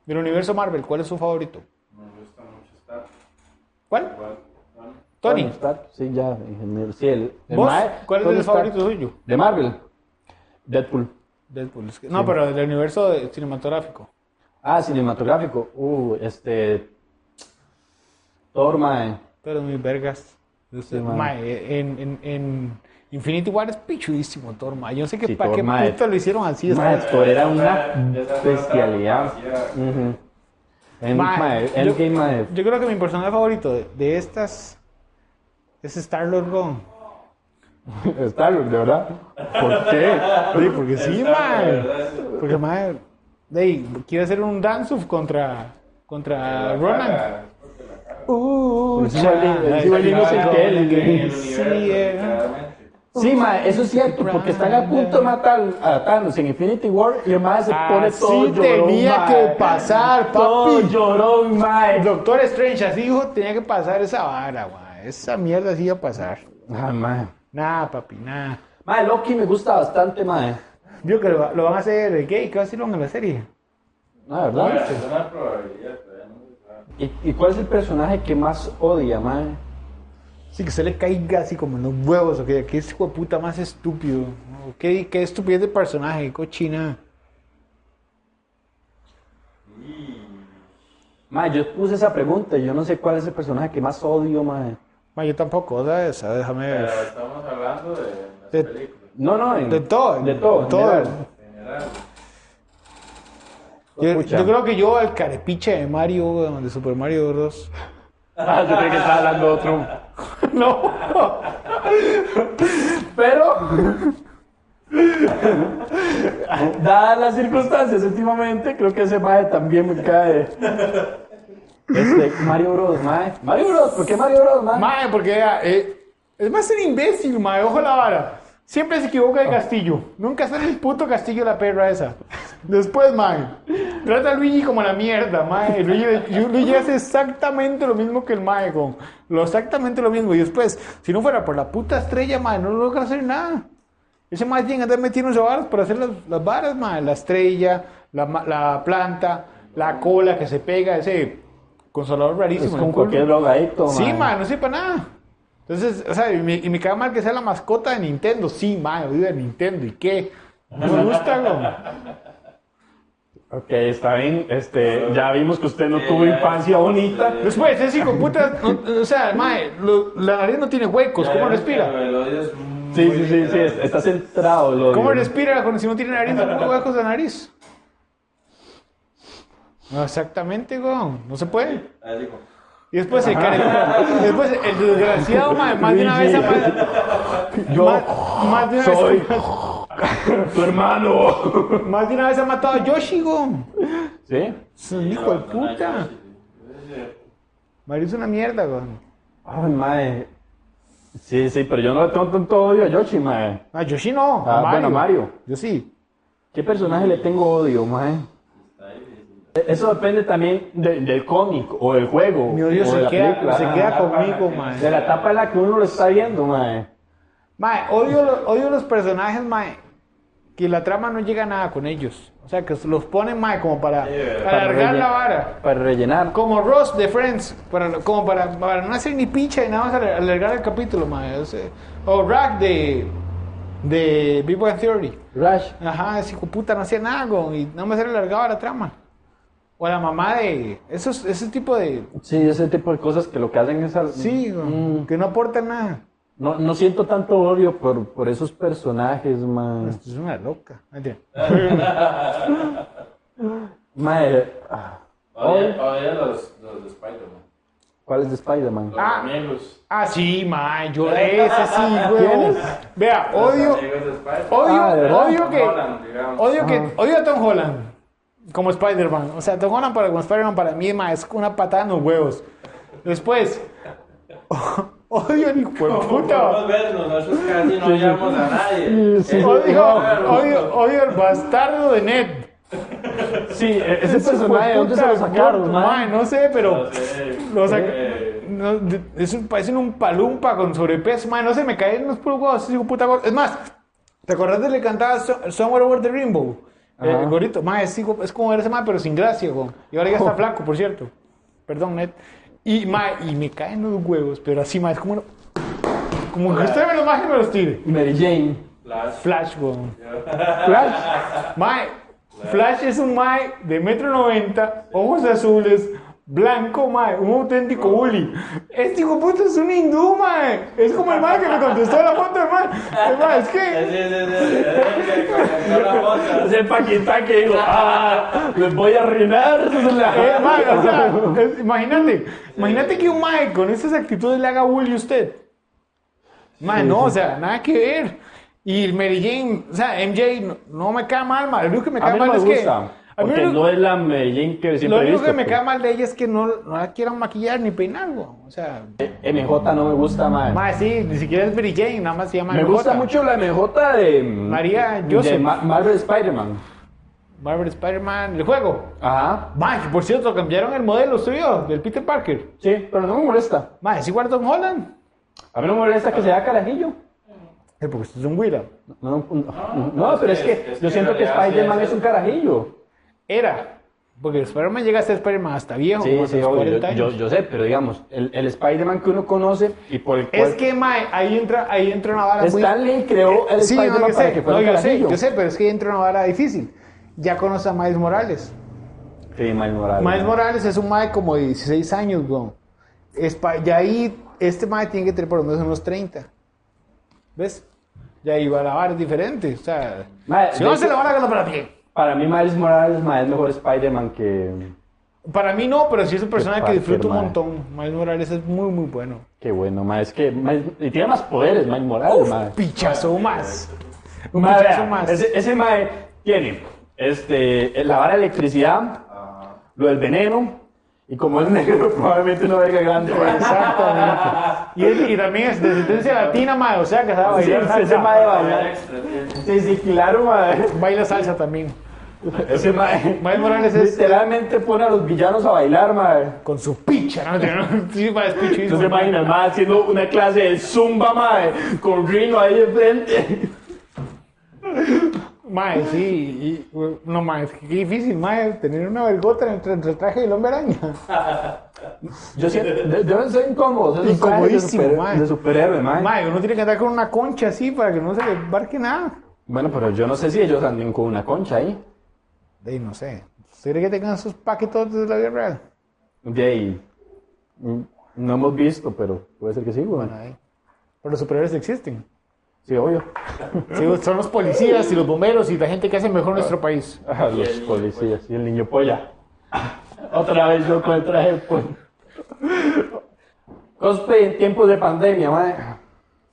Speaker 2: Del universo Marvel, ¿cuál es su favorito?
Speaker 4: Me gusta mucho estar.
Speaker 2: ¿Cuál?
Speaker 4: Igual, bueno,
Speaker 2: Tony.
Speaker 1: Tony Stark, sí, ya, en general. Sí, el, el
Speaker 2: ¿Vos?
Speaker 1: mae,
Speaker 2: ¿Cuál es
Speaker 1: Tony
Speaker 2: el
Speaker 1: Stark.
Speaker 2: favorito suyo?
Speaker 1: De Marvel. Deadpool.
Speaker 2: Deadpool. es que- No, pero del universo de- cinematográfico.
Speaker 1: Ah, cinematográfico. Uh, este. Thor, mae.
Speaker 2: Pero muy vergas.
Speaker 1: Sí, mae.
Speaker 2: Ma, eh, en, en, en Infinity War es pichudísimo, Thor. ma. Yo no sé que
Speaker 1: Sí,
Speaker 2: para
Speaker 1: Thor,
Speaker 2: qué
Speaker 1: mae.
Speaker 2: puta lo hicieron así. es-
Speaker 1: Mae, Thor era una
Speaker 4: Esa fue otra
Speaker 1: bestialidad.
Speaker 4: capacidad.
Speaker 1: Ujú. En,
Speaker 2: Mae,
Speaker 1: mae,
Speaker 2: yo-
Speaker 1: Endgame, mae.
Speaker 2: Yo creo que mi personaje favorito de, de estas es Star-Lord Gone.
Speaker 1: Star-Lord, de verdad. ¿Por qué?
Speaker 2: Sí, porque sí,
Speaker 4: Está, la
Speaker 2: man.
Speaker 4: verdad, es-
Speaker 2: Porque, man, ey, quiere hacer un dance-off contra, contra Ronan.
Speaker 4: Cara, porque la cara.
Speaker 2: Uh,
Speaker 1: Sí, vale, sí, vale, no sé
Speaker 4: Claro,
Speaker 1: qué, el-
Speaker 4: en el
Speaker 2: Sí,
Speaker 4: universo,
Speaker 2: eh.
Speaker 4: claramente.
Speaker 1: Sí, mae, eso es cierto, porque están a punto de matar a Thanos en Infinity War y el mae se pone todo
Speaker 2: Así
Speaker 1: llorón,
Speaker 2: Ah, tenía
Speaker 1: mae.
Speaker 2: que pasar,
Speaker 1: Todo
Speaker 2: papi.
Speaker 1: llorón, mae.
Speaker 2: El Doctor Strange así dijo, tenía que pasar esa vara, man. Esa mierda así iba a pasar.
Speaker 1: Ah, mae.
Speaker 2: Nada, papi, nada.
Speaker 1: Mae, Loki me gusta bastante, mae.
Speaker 2: Yo creo que lo, lo van a hacer gay, que va a hacerlo en la serie.
Speaker 1: La
Speaker 4: Bueno,
Speaker 1: verdad.
Speaker 4: es una probabilidad, todavía no se sabe.
Speaker 1: ¿Y, y cuál es el personaje que más odia, mae?
Speaker 2: Sí, que se le caiga así como en los huevos, o que que es hijo de puta más estúpido. ¿no? Qué, qué estupidez de personaje, qué cochina.
Speaker 1: Mae, yo puse esa pregunta y yo no sé cuál es el personaje que más odio, mae.
Speaker 2: Ma, yo tampoco, ¿verdad? Esa, déjame ver. Eh,
Speaker 4: Pero estamos hablando de las
Speaker 2: De-
Speaker 4: películas
Speaker 1: No, no, en-
Speaker 2: De todo,
Speaker 1: De todo, en
Speaker 2: de todo.
Speaker 1: general.
Speaker 4: en general.
Speaker 2: Yo,
Speaker 1: Pucha.
Speaker 2: yo creo que yo al carepiche de Mario, weón, de Super Mario Bros.
Speaker 1: Ah, yo creí que estaba hablando de otro.
Speaker 2: no.
Speaker 1: Pero. Dadas las circunstancias últimamente, creo que ese mae también me cae. Este, Mario Bros, mae. Mario Bros, ¿por qué Mario Bros, mae?
Speaker 2: Mae, porque era, eh, es más el imbécil, mae, ojo la vara. Siempre se equivoca
Speaker 1: Ah.
Speaker 2: de castillo. Nunca está en el puto castillo la perra esa. Después, mae, trata a Luigi como la mierda, mae. Luigi, Luigi hace exactamente lo mismo que el mae, con lo exactamente lo mismo. Y después, si no fuera por la puta estrella, mae, no logra hacer nada. Ese mae tiene que andar metiéndose varas para hacer las, las varas, mae. La estrella, la, ma- la planta, la cola que se pega, ese consolador rarísimo.
Speaker 1: es
Speaker 2: en el
Speaker 1: como cualquier
Speaker 2: culo.
Speaker 1: drogadicto,
Speaker 2: Sí,
Speaker 1: mae.
Speaker 2: man, no sirve para nada. Entonces, o sea, y me, y me cae mal que sea la mascota de Nintendo. Sí, man, vive de Nintendo. ¿Y qué? No me gusta, güey.
Speaker 1: Ok, está bien. Este, ya vimos que usted no
Speaker 4: Sí,
Speaker 1: tuvo
Speaker 4: ya,
Speaker 1: infancia
Speaker 4: sí.
Speaker 1: bonita.
Speaker 2: Después, Pues, ese hijo de puta, no- o sea, man, lo- la nariz no tiene huecos.
Speaker 4: Ya
Speaker 2: ¿Cómo
Speaker 4: vemos
Speaker 2: respira?
Speaker 4: que El odio es muy
Speaker 1: Sí, sí, sí, sí,
Speaker 4: literal.
Speaker 1: está centrado. Lo
Speaker 2: ¿Cómo
Speaker 1: digo.
Speaker 2: respira cuando si no tiene nariz? No tiene huecos de nariz. No, exactamente, güey. No se puede.
Speaker 4: Ahí digo,
Speaker 2: Y después el, care- después el desgraciado, man, más de una vez... ha-
Speaker 1: Yo
Speaker 2: más, más de una vez-
Speaker 1: soy tu hermano.
Speaker 2: más de una vez ha matado a Yoshi, güey.
Speaker 1: ¿Sí?
Speaker 2: Es un hijo de
Speaker 4: no, no, yo
Speaker 2: puta.
Speaker 4: sí, yo sí.
Speaker 2: Mario es una mierda, weón.
Speaker 1: Ay, mae. Sí, sí, pero yo no le tengo tanto odio a Yoshi, mae.
Speaker 2: Ah, yo sí no.
Speaker 1: Ah, bueno, Mario.
Speaker 2: Yo sí.
Speaker 1: ¿Qué personaje le tengo odio, mae?
Speaker 4: Está difícil.
Speaker 1: Eso depende también de- del cómic o del juego.
Speaker 2: Mi odio
Speaker 1: o de
Speaker 2: se
Speaker 1: la
Speaker 2: queda,
Speaker 1: película.
Speaker 2: se
Speaker 1: Ah,
Speaker 2: queda
Speaker 4: la palabra
Speaker 2: conmigo,
Speaker 4: que
Speaker 2: mae.
Speaker 1: De la etapa en la que uno lo está viendo, mae.
Speaker 2: Mae, odio, lo- odio los personajes, mae, que la trama no llega a nada con ellos. O sea, que los ponen, mae, como para,
Speaker 4: Sí, ¿verdad?
Speaker 2: para alargar
Speaker 1: relle-
Speaker 2: la vara.
Speaker 1: Para rellenar.
Speaker 2: Como Ross de Friends, para, como para, para no hacer ni picha y nada más alar- alargar el capítulo, mae. O, sea, o Rack de, de Big Bang Theory.
Speaker 1: Rush.
Speaker 2: Ajá, ese hijo de puta no hacía nada, weón, y nada más era alargaba la trama. O la mamá de... Esos, ese tipo de...
Speaker 1: Sí, ese tipo de cosas que lo que hacen es... al-
Speaker 2: Sí, weón,
Speaker 1: Mm,
Speaker 2: que no aporta nada.
Speaker 1: no, no siento tanto odio por, por esos personajes, mae.
Speaker 2: Esto es una loca. Mentira.
Speaker 1: Mae, ah,
Speaker 4: Odia, odia los, los de Spider-Man.
Speaker 1: ¿cuál es de Spider-Man?
Speaker 4: Los
Speaker 2: Ah.
Speaker 4: amigos.
Speaker 2: Ah, sí, mae, yo de ese sí, weón. Vea,
Speaker 4: Los
Speaker 2: odio,
Speaker 4: amigos de Spider-Man.
Speaker 2: odio,
Speaker 1: Ah, de verdad. Ah.
Speaker 2: odio que,
Speaker 4: Holland, digamos.
Speaker 2: odio que, odio a Tom Holland como Spider-Man. O sea, Tom Holland para, como Spider-Man para mí, mae, es una patada en los huevos. Después, odio al hijo de puta.
Speaker 4: Podemos ver, nosotros casi no odiamos a nadie.
Speaker 1: Sí, sí.
Speaker 4: Eh,
Speaker 2: Odio,
Speaker 4: pero-
Speaker 2: odio, odio al bastardo de Ned.
Speaker 1: Sí, e- ese
Speaker 2: Ese
Speaker 1: personaje,
Speaker 2: fue
Speaker 1: ¿dónde se
Speaker 2: puta
Speaker 1: lo sacaron,
Speaker 2: gordo,
Speaker 1: mae?
Speaker 2: mae, No sé, pero.
Speaker 4: No sé,
Speaker 2: lo sac-
Speaker 4: eh,
Speaker 2: no, de- es un, parecen un palumpa con sobrepeso, mae, No se me caen los puros huevos. ese hijo de puta gordo. Es más, ¿te acordás de le cantaba So- Somewhere Over the Rainbow? El,
Speaker 1: Ajá.
Speaker 2: el gorrito. Mae, es, hijo- es como ver ese mae, pero sin gracia, weón. Y ahora ya
Speaker 1: Oh.
Speaker 2: está flaco, por cierto. Perdón, Ned. Y, mae, y me caen los huevos, pero así, mae, es como. Como que usted me lo maje y me los tire.
Speaker 1: Mary Jane.
Speaker 4: Flash.
Speaker 2: Flash, weón.
Speaker 1: Flash.
Speaker 2: Mae, Flash es un Mae de metro 90, ojos azules, blanco, Mae, un auténtico bully. Este hijo de puta es un hindú, Mae. Es como el Mae que me contestó la foto del Mae. El Mae, es
Speaker 4: Sí,
Speaker 2: que.
Speaker 4: sí, sí, sí, sí, que conectó la bota.
Speaker 1: Ese paquita que digo, ah, les voy a arruinar. esa es la-
Speaker 2: eh, mae, o sea, es- imagínate, imagínate que un Mae con esas actitudes le haga bully a usted. Mae, no, o sea, nada que ver. Y Mary Jane, o sea, MJ, no, no me cae mal, Mae. Lo único que me
Speaker 1: A
Speaker 2: cae
Speaker 1: mí
Speaker 2: mal
Speaker 1: no me
Speaker 2: es que.
Speaker 1: gusta.
Speaker 2: a mí
Speaker 1: Porque
Speaker 2: lo-
Speaker 1: no es la Mary Jane que
Speaker 2: Lo
Speaker 1: siempre he
Speaker 2: único
Speaker 1: visto. pues.
Speaker 2: que me
Speaker 1: pero-
Speaker 2: cae mal de ella es que no, no la quieran maquillar ni peinar, güey. O sea,
Speaker 1: MJ no me gusta, mae.
Speaker 2: más sí, ni siquiera es Mary Jane, nada más se llama
Speaker 1: Me
Speaker 2: MJ.
Speaker 1: gusta mucho la MJ de... mm,
Speaker 2: María
Speaker 1: De
Speaker 2: Joseph.
Speaker 1: Ma- Marvel Spider-Man.
Speaker 2: Marvel Spider-Man, el juego.
Speaker 1: Ajá.
Speaker 2: Mae, que por cierto, cambiaron el modelo suyo, del Peter Parker.
Speaker 1: Sí, pero no me molesta.
Speaker 2: Mae, es igual a Tom Holland.
Speaker 1: A mí no me molesta que sea carajillo.
Speaker 2: Eh, porque usted es un Willa.
Speaker 1: No, no, no, pero es que
Speaker 4: es
Speaker 1: yo
Speaker 4: que
Speaker 1: siento
Speaker 4: en
Speaker 1: que
Speaker 4: realidad sí
Speaker 1: Spider-Man
Speaker 4: es-
Speaker 1: es un carajillo.
Speaker 2: Era. Porque Spider-Man llega a ser Spider-Man hasta viejo,
Speaker 1: Sí,
Speaker 2: como a
Speaker 1: sí,
Speaker 2: sus
Speaker 1: obvio,
Speaker 2: 40
Speaker 1: yo,
Speaker 2: años.
Speaker 1: yo- yo sé, pero digamos, el, el Spider-Man que uno conoce y por el cual...
Speaker 2: es que, Mae, ahí entra, ahí entra una vara muy... Eh,
Speaker 1: Stan Lee creó el
Speaker 2: Sí, no,
Speaker 1: Spider-Man
Speaker 2: yo
Speaker 1: para
Speaker 2: sé,
Speaker 1: que fuera
Speaker 2: no,
Speaker 1: un
Speaker 2: yo sé,
Speaker 1: carajillo.
Speaker 2: yo sé, pero es que ahí entra una vara difícil. Ya conoce a Miles Morales.
Speaker 1: Sí, Miles Morales.
Speaker 2: Miles Morales es un mae como de 16 años, weón. Es pa- ya ahí, este mae tiene que tener por lo menos unos 30. ¿Ves? Ya ahí va la vara es diferente. O sea,
Speaker 1: Mae,
Speaker 2: si
Speaker 1: de
Speaker 2: no se
Speaker 1: hecho-
Speaker 2: la van a ganar para bien.
Speaker 1: Para mí Miles Morales mae, es mejor Spider-Man que,
Speaker 2: Para mí no, pero sí es un personaje que
Speaker 1: Parker,
Speaker 2: disfruto un
Speaker 1: Pues mae.
Speaker 2: montón. Miles Morales es muy, muy bueno.
Speaker 1: que bueno, más es que mae, y tiene más poderes Miles Morales,
Speaker 2: Uf,
Speaker 1: mae.
Speaker 2: pichazo más. Un
Speaker 1: Mae,
Speaker 2: pichazo
Speaker 1: vea,
Speaker 2: más.
Speaker 1: Ese, ese mae tiene este, la vara de electricidad,
Speaker 2: Ah.
Speaker 1: lo del veneno y como es negro probablemente una verga grande. mae.
Speaker 2: Exactamente. Y, él- y también es de descendencia latina, mae. O sea, que sabe
Speaker 1: Sí,
Speaker 2: bailar
Speaker 1: sí, ese
Speaker 2: salsa.
Speaker 1: mae
Speaker 4: Para
Speaker 1: baila.
Speaker 4: extra, tiene.
Speaker 1: Sí, sí, claro, mae.
Speaker 2: Baila salsa también.
Speaker 1: Ese mae.
Speaker 2: Miles Morales es-
Speaker 1: Literalmente pone a los villanos a bailar, mae.
Speaker 2: Con su picha, ¿no? Sí, mae, es
Speaker 1: Entonces
Speaker 2: pichísimo.
Speaker 1: se imagina, el mae haciendo una clase de zumba, mae, con Rino ahí enfrente.
Speaker 2: Mae, sí, y, y- no mae, es que qué difícil, mae, tener una vergota entre, entre el traje y el hombre araña.
Speaker 1: Yo siento, de- deben ser incómodos esos trajes de,
Speaker 2: Incomodísimo, mae.
Speaker 1: de superhéroe, mae.
Speaker 2: Mae, uno tiene que andar con una concha así para que no se le embarque nada.
Speaker 1: Bueno, pero yo no sé si ellos anden con una concha ahí.
Speaker 2: De ahí, no sé. ¿Usted cree que tengan sus paquetes de la vida real?
Speaker 1: De ahí, mm, no hemos visto, pero puede ser que sí, güey.
Speaker 2: Bueno, eh. ahí. Pero los superiores existen.
Speaker 1: Sí, obvio.
Speaker 2: Sí, son los policías y los bomberos y la gente que hace mejor nuestro país.
Speaker 1: Ah,
Speaker 4: Y el
Speaker 1: Los
Speaker 4: niño
Speaker 1: policías y el niño polla. Otra vez yo con el traje de polla. Cosplay en tiempos de pandemia, mae.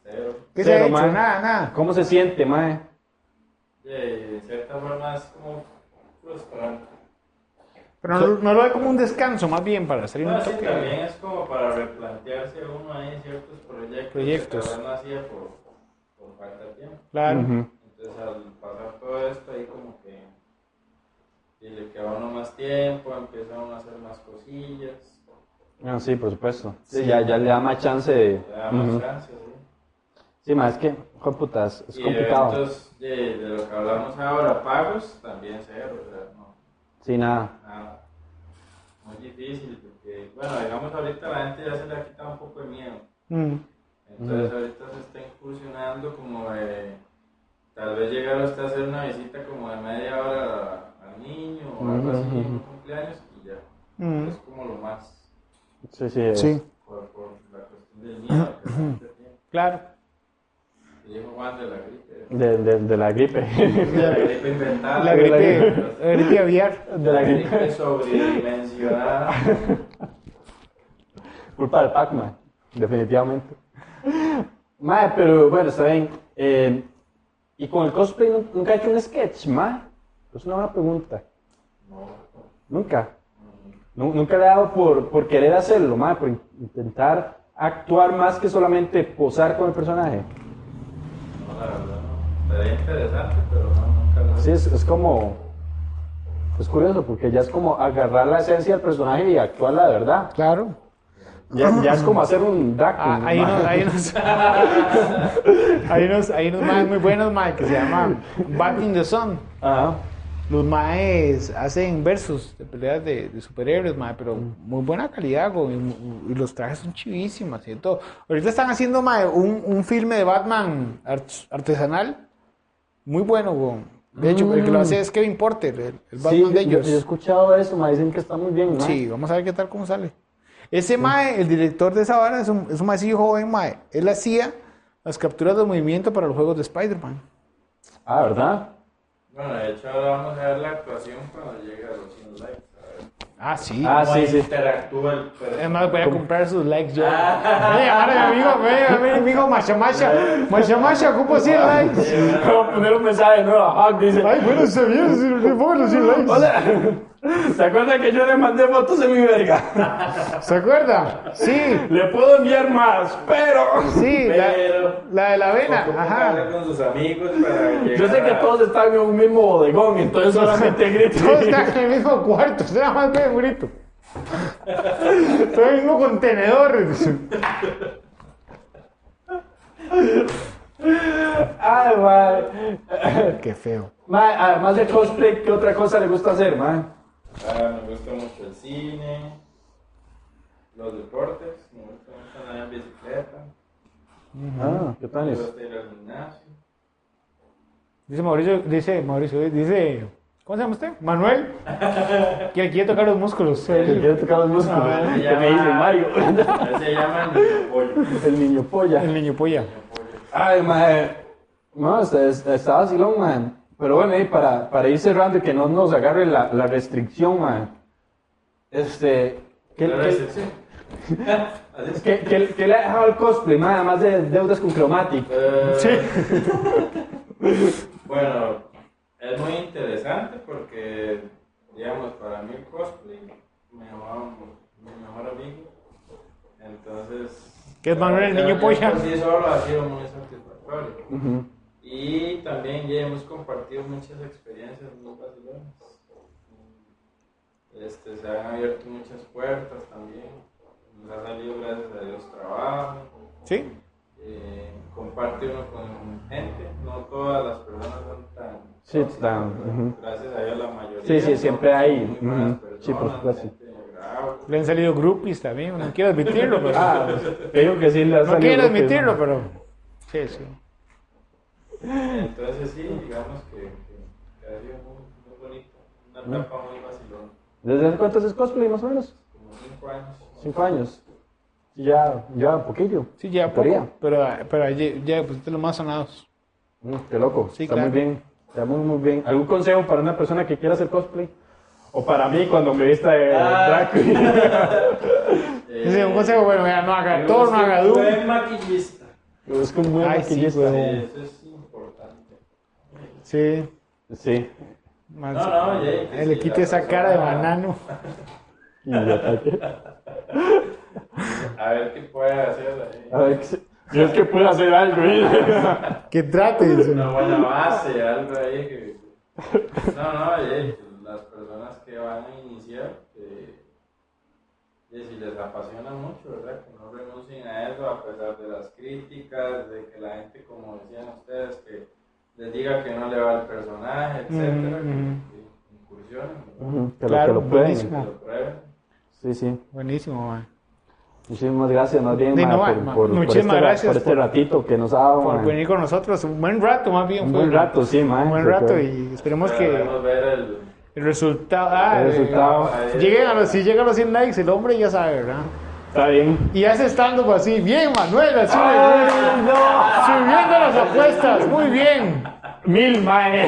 Speaker 4: Cero.
Speaker 2: ¿Qué se
Speaker 1: Cero,
Speaker 2: ha hecho?
Speaker 1: mae.
Speaker 2: Nada, nada.
Speaker 1: ¿Cómo se siente, mae?
Speaker 4: Y de cierta forma es como frustrante.
Speaker 2: Pero no, no lo ve como un descanso, más bien, para salir
Speaker 4: No,
Speaker 2: un
Speaker 4: Ah, sí,
Speaker 2: toque.
Speaker 4: también es como para replantearse uno ahí ciertos proyectos,
Speaker 2: Proyectos.
Speaker 4: que tal vez no hacía por, por falta de tiempo.
Speaker 2: Claro.
Speaker 1: Ujú.
Speaker 4: Entonces al pasar todo esto ahí como que... y le queda uno más tiempo, empieza uno a hacer más cosillas,
Speaker 6: No, sí, por supuesto. Sí,
Speaker 1: Sí.
Speaker 6: Ya, ya le da más chance de...
Speaker 4: le da más
Speaker 6: Ujú.
Speaker 4: chance, ¿sí?
Speaker 6: Sí, más que, joder, putas, es
Speaker 4: Y
Speaker 6: complicado.
Speaker 4: eventos de, de lo que hablamos ahora, pagos, también cero, o sea, no,
Speaker 6: Sí, nada.
Speaker 4: nada. Muy difícil, porque, bueno, digamos, ahorita la gente ya se le ha quitado un poco de miedo.
Speaker 2: Mm.
Speaker 4: Entonces ahorita se está incursionando como de tal vez llegar hasta hacer una visita como de media hora al niño o algo así en un cumpleaños y ya. Es como lo más
Speaker 6: Sí, sí.
Speaker 2: Sí,
Speaker 4: por, por la cuestión del miedo que la gente tiene.
Speaker 2: claro.
Speaker 4: Y dijo Juan de la gripe.
Speaker 6: De, de, de la gripe.
Speaker 4: De la gripe inventada.
Speaker 2: La gripe, la gripe aviar.
Speaker 4: De la gripe sobredimensionada.
Speaker 6: Culpa del Pac-Man, definitivamente.
Speaker 1: Mae, pero bueno, está bien. Eh, y con el cosplay nu- nunca he hecho un sketch, mae. Es una buena pregunta.
Speaker 6: Nunca.
Speaker 1: Nu- Nunca le he dado por, por querer hacerlo, mae, por in- intentar actuar más que solamente posar con el personaje.
Speaker 4: No, la verdad no. Estaría interesante, pero no, nunca lo
Speaker 1: Sí, es, es como. Es curioso, porque ya es como agarrar la esencia del personaje y actuarla de verdad.
Speaker 2: Claro.
Speaker 1: Ya, ya es como hacer un
Speaker 2: Ah,
Speaker 1: Drácula.
Speaker 2: hay
Speaker 1: mae.
Speaker 2: unos, hay unos, hay unos, hay unos maes muy buenos, mae, que se llaman Back in the Sun.
Speaker 1: Ajá.
Speaker 2: Los maes hacen versus de peleas de, de superhéroes, mae, pero muy buena calidad, güey, y, mu- y los trajes son chivísimas y de todo. Ahorita están haciendo, mae, un, un filme de Batman art- artesanal, muy bueno, güey. De hecho, el que lo hace es Kevin Porter, el, el Batman
Speaker 1: Sí,
Speaker 2: de
Speaker 1: yo,
Speaker 2: ellos.
Speaker 1: yo he escuchado eso, me dicen que está muy bien, mae.
Speaker 2: Sí, vamos a ver qué tal, cómo sale. Ese mae, el director de esa vara, es un, es un maecillo joven, mae. Él hacía las capturas de movimiento para los juegos de Spider-Man.
Speaker 1: Ah, ¿verdad?
Speaker 4: Bueno, de hecho ahora vamos a ver la actuación cuando llegue a los 100 likes. a ver.
Speaker 2: Ah, sí.
Speaker 1: Ah, sí,
Speaker 4: Cómo
Speaker 1: sí.
Speaker 4: Interactúa el personaje.
Speaker 2: Además, voy a comprar sus likes yo. Voy a llamar a mi amigo, voy a llamar a mi amigo Machamasha. Machamasha, ocupo 100 likes.
Speaker 1: Vamos a poner un mensaje nuevo a Hawk, dice.
Speaker 2: Ay, bueno, se vieron, se le pongo los 100 likes.
Speaker 1: Hola. ¿Se acuerdan que yo le mandé fotos de mi verga?
Speaker 2: ¿Se acuerda? Sí,
Speaker 1: Le puedo enviar más, pero.
Speaker 2: sí, la,
Speaker 4: Pero-
Speaker 2: la de la avena.
Speaker 4: Ocupa hablar
Speaker 2: Ajá.
Speaker 4: con sus amigos para llegar
Speaker 1: Yo sé que
Speaker 4: a-
Speaker 1: todos están en un mismo bodegón, entonces solamente grito.
Speaker 2: Todos están en el mismo cuarto, será más bien bonito. Todo en el mismo contenedor.
Speaker 1: Ay, mae.
Speaker 2: Qué feo.
Speaker 1: Mae, además de cosplay, ¿qué otra cosa le gusta hacer, mae?
Speaker 4: Ah, me gusta mucho el cine, los deportes, me gusta mucho andar en bicicleta,
Speaker 6: Ah, ¿qué tal
Speaker 4: me
Speaker 6: es?
Speaker 4: gusta ir al gimnasio.
Speaker 2: Dice Mauricio, dice Mauricio, dice. ¿Cómo se llama usted? Manuel. Que quiere tocar los músculos.
Speaker 1: Que quiere tocar los músculos.
Speaker 4: A ver, se
Speaker 1: que me dice
Speaker 4: llama-
Speaker 1: Mario.
Speaker 4: A ver, se llaman niño pollo. niño
Speaker 1: El niño polla.
Speaker 2: El niño polla.
Speaker 4: pollo.
Speaker 1: Ay, mae. No, está- está- estaba así, long, mae. Pero bueno, ahí para, para ir cerrando y que no nos agarre la, la restricción, mae. Este. ¿qué,
Speaker 4: La
Speaker 1: qué-
Speaker 4: recepción. Así es.
Speaker 1: qué- qué- qué le ha dejado el cosplay, mae? Además de deudas con Chromatic.
Speaker 4: Eh, bueno, es muy interesante porque, digamos, para mí el cosplay, mi, mamá- mi mejor amigo, entonces...
Speaker 2: Que es Manuel el niño polla.
Speaker 4: Sí, solo ha sido muy satisfactorio. Y también ya hemos compartido muchas experiencias muy vacilones. Este, se han abierto muchas puertas también. Nos ha salido, gracias a Dios, trabajo
Speaker 2: ¿Sí?
Speaker 4: eh, comparte uno con gente, no todas las personas son tan...
Speaker 6: Sí, tan, ujú.
Speaker 4: Gracias a Dios la mayoría.
Speaker 6: Sí, sí,
Speaker 4: son
Speaker 6: siempre hay,
Speaker 4: muy buenas
Speaker 6: ujú, sí, por
Speaker 4: personas,
Speaker 6: supuesto.
Speaker 4: gente agradable.
Speaker 2: Le han salido groupies también. No quiero admitirlo, pero.
Speaker 4: Ah,
Speaker 6: Creo Ah, que sí le ha
Speaker 2: no
Speaker 6: salido
Speaker 2: quiero
Speaker 6: lo que-
Speaker 2: admitirlo, pero. Sí, sí.
Speaker 4: Entonces sí, digamos que, que- que ha sido muy, muy bonito, una etapa muy vacilona,
Speaker 6: ¿Desde hace cuánto haces cosplay, más o menos?
Speaker 4: como cinco años.
Speaker 6: Cinco años. Ya, ya, un poquillo.
Speaker 2: Sí, ya
Speaker 6: Teoría.
Speaker 2: poco. Pero, pero ya, ya pues, de los más sonados.
Speaker 6: Mm, Qué loco.
Speaker 2: Sí,
Speaker 6: está
Speaker 2: claro.
Speaker 6: muy bien. Está muy, muy bien. ¿Algún consejo para una persona que quiera hacer cosplay? O para mí cuando me vista de
Speaker 4: Ah.
Speaker 6: drag queen.
Speaker 4: Eh,
Speaker 2: Dice un consejo, bueno, mira, no haga todo, no
Speaker 4: busque un
Speaker 2: haga duro.
Speaker 4: buen maquillista.
Speaker 6: Es que un buen
Speaker 2: Ay, sí,
Speaker 6: maquillista.
Speaker 4: Sí,
Speaker 2: huevón.
Speaker 4: eso es importante.
Speaker 2: Sí.
Speaker 6: Sí. Ah,
Speaker 2: Más-
Speaker 4: No, no, ya,
Speaker 6: Eh,
Speaker 4: que
Speaker 2: le
Speaker 4: sí,
Speaker 2: quite
Speaker 4: la
Speaker 2: esa cara de
Speaker 4: persona-
Speaker 2: banano.
Speaker 6: Y ya,
Speaker 4: A ver qué puede hacer. ahí.
Speaker 6: a ver, si si es que puede hacer algo. ¿eh?
Speaker 2: Que trate. dice.
Speaker 4: una buena base, algo ahí que... No, no, eh, las personas que van a iniciar, eh, de si les apasiona mucho, ¿verdad? Que no renuncien a eso a pesar de las críticas, de que la gente, como decían ustedes, que les diga que no le va el personaje, etcétera, que, que incursionen, ¿verdad?
Speaker 6: Que
Speaker 2: Claro,
Speaker 6: lo, que lo prueben.
Speaker 2: buenísimo.
Speaker 4: que lo prueben.
Speaker 6: Sí, sí.
Speaker 2: Buenísimo, mae.
Speaker 6: Muchísimas gracias, más bien,
Speaker 2: Sí,
Speaker 6: ma,
Speaker 2: no,
Speaker 6: por,
Speaker 2: ma,
Speaker 6: por- por
Speaker 2: muchísimas
Speaker 6: este, ra-
Speaker 2: gracias
Speaker 6: por este
Speaker 2: por-
Speaker 6: ratito que nos ha dado.
Speaker 2: Por
Speaker 6: ma.
Speaker 2: venir con nosotros, un buen rato más bien.
Speaker 6: Un
Speaker 2: fue.
Speaker 6: buen rato, sí, ma.
Speaker 2: Un buen
Speaker 6: Sí,
Speaker 2: rato
Speaker 6: claro.
Speaker 2: y esperemos
Speaker 4: Pero
Speaker 2: que
Speaker 4: Debemos ver el...
Speaker 2: el resultado... ah,
Speaker 6: El
Speaker 2: eh,
Speaker 6: resultado.
Speaker 4: ahí-
Speaker 2: Lleguen a los, si llegan a los 100 likes, el hombre ya sabe, ¿verdad?
Speaker 1: Está bien.
Speaker 2: Y hace stand-up pues así, bien Manuel, así
Speaker 6: Ah.
Speaker 2: de- subiendo las apuestas, muy bien.
Speaker 1: Mil, mae.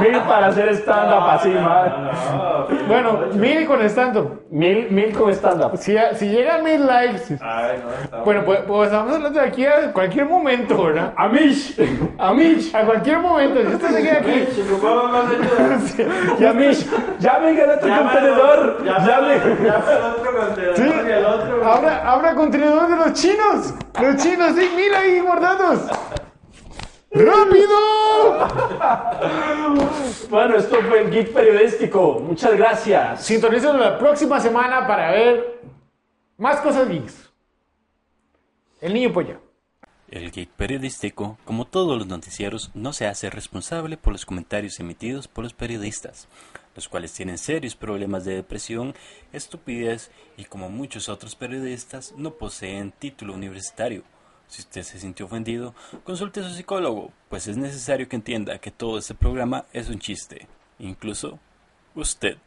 Speaker 1: Mil para hacer stand-up así, mae.
Speaker 4: No,
Speaker 2: Bueno, mil con stand-up.
Speaker 1: Mil, mil con stand-up.
Speaker 2: Si, si llegan mil likes,
Speaker 4: ay, no, está
Speaker 2: bueno, pues, pues estamos hablando de aquí a cualquier momento, ¿verdad?
Speaker 1: Amish. Amish.
Speaker 2: A cualquier momento, si usted se queda aquí,
Speaker 4: Chico, ¿cómo vas a ayudar?
Speaker 1: Amish. Llamen al otro
Speaker 4: Llama al
Speaker 1: contenedor.
Speaker 4: otro- llama al
Speaker 1: Llamen.
Speaker 4: otro- llama al otro contenedor y al otro.
Speaker 2: habrá, habrá contenedor de los chinos. Los chinos, sí, mil ahí guardados. ¡Rápido!
Speaker 1: Bueno, esto fue el Geek Periodístico. Muchas gracias.
Speaker 2: Sintonícenos la próxima semana para ver más cosas geeks. El niño polla.
Speaker 7: El Geek Periodístico, como todos los noticieros, no se hace responsable por los comentarios emitidos por los periodistas, los cuales tienen serios problemas de depresión, estupidez y, como muchos otros periodistas, no poseen título universitario. Si usted se sintió ofendido, consulte a su psicólogo, pues es necesario que entienda que todo este programa es un chiste, incluso usted.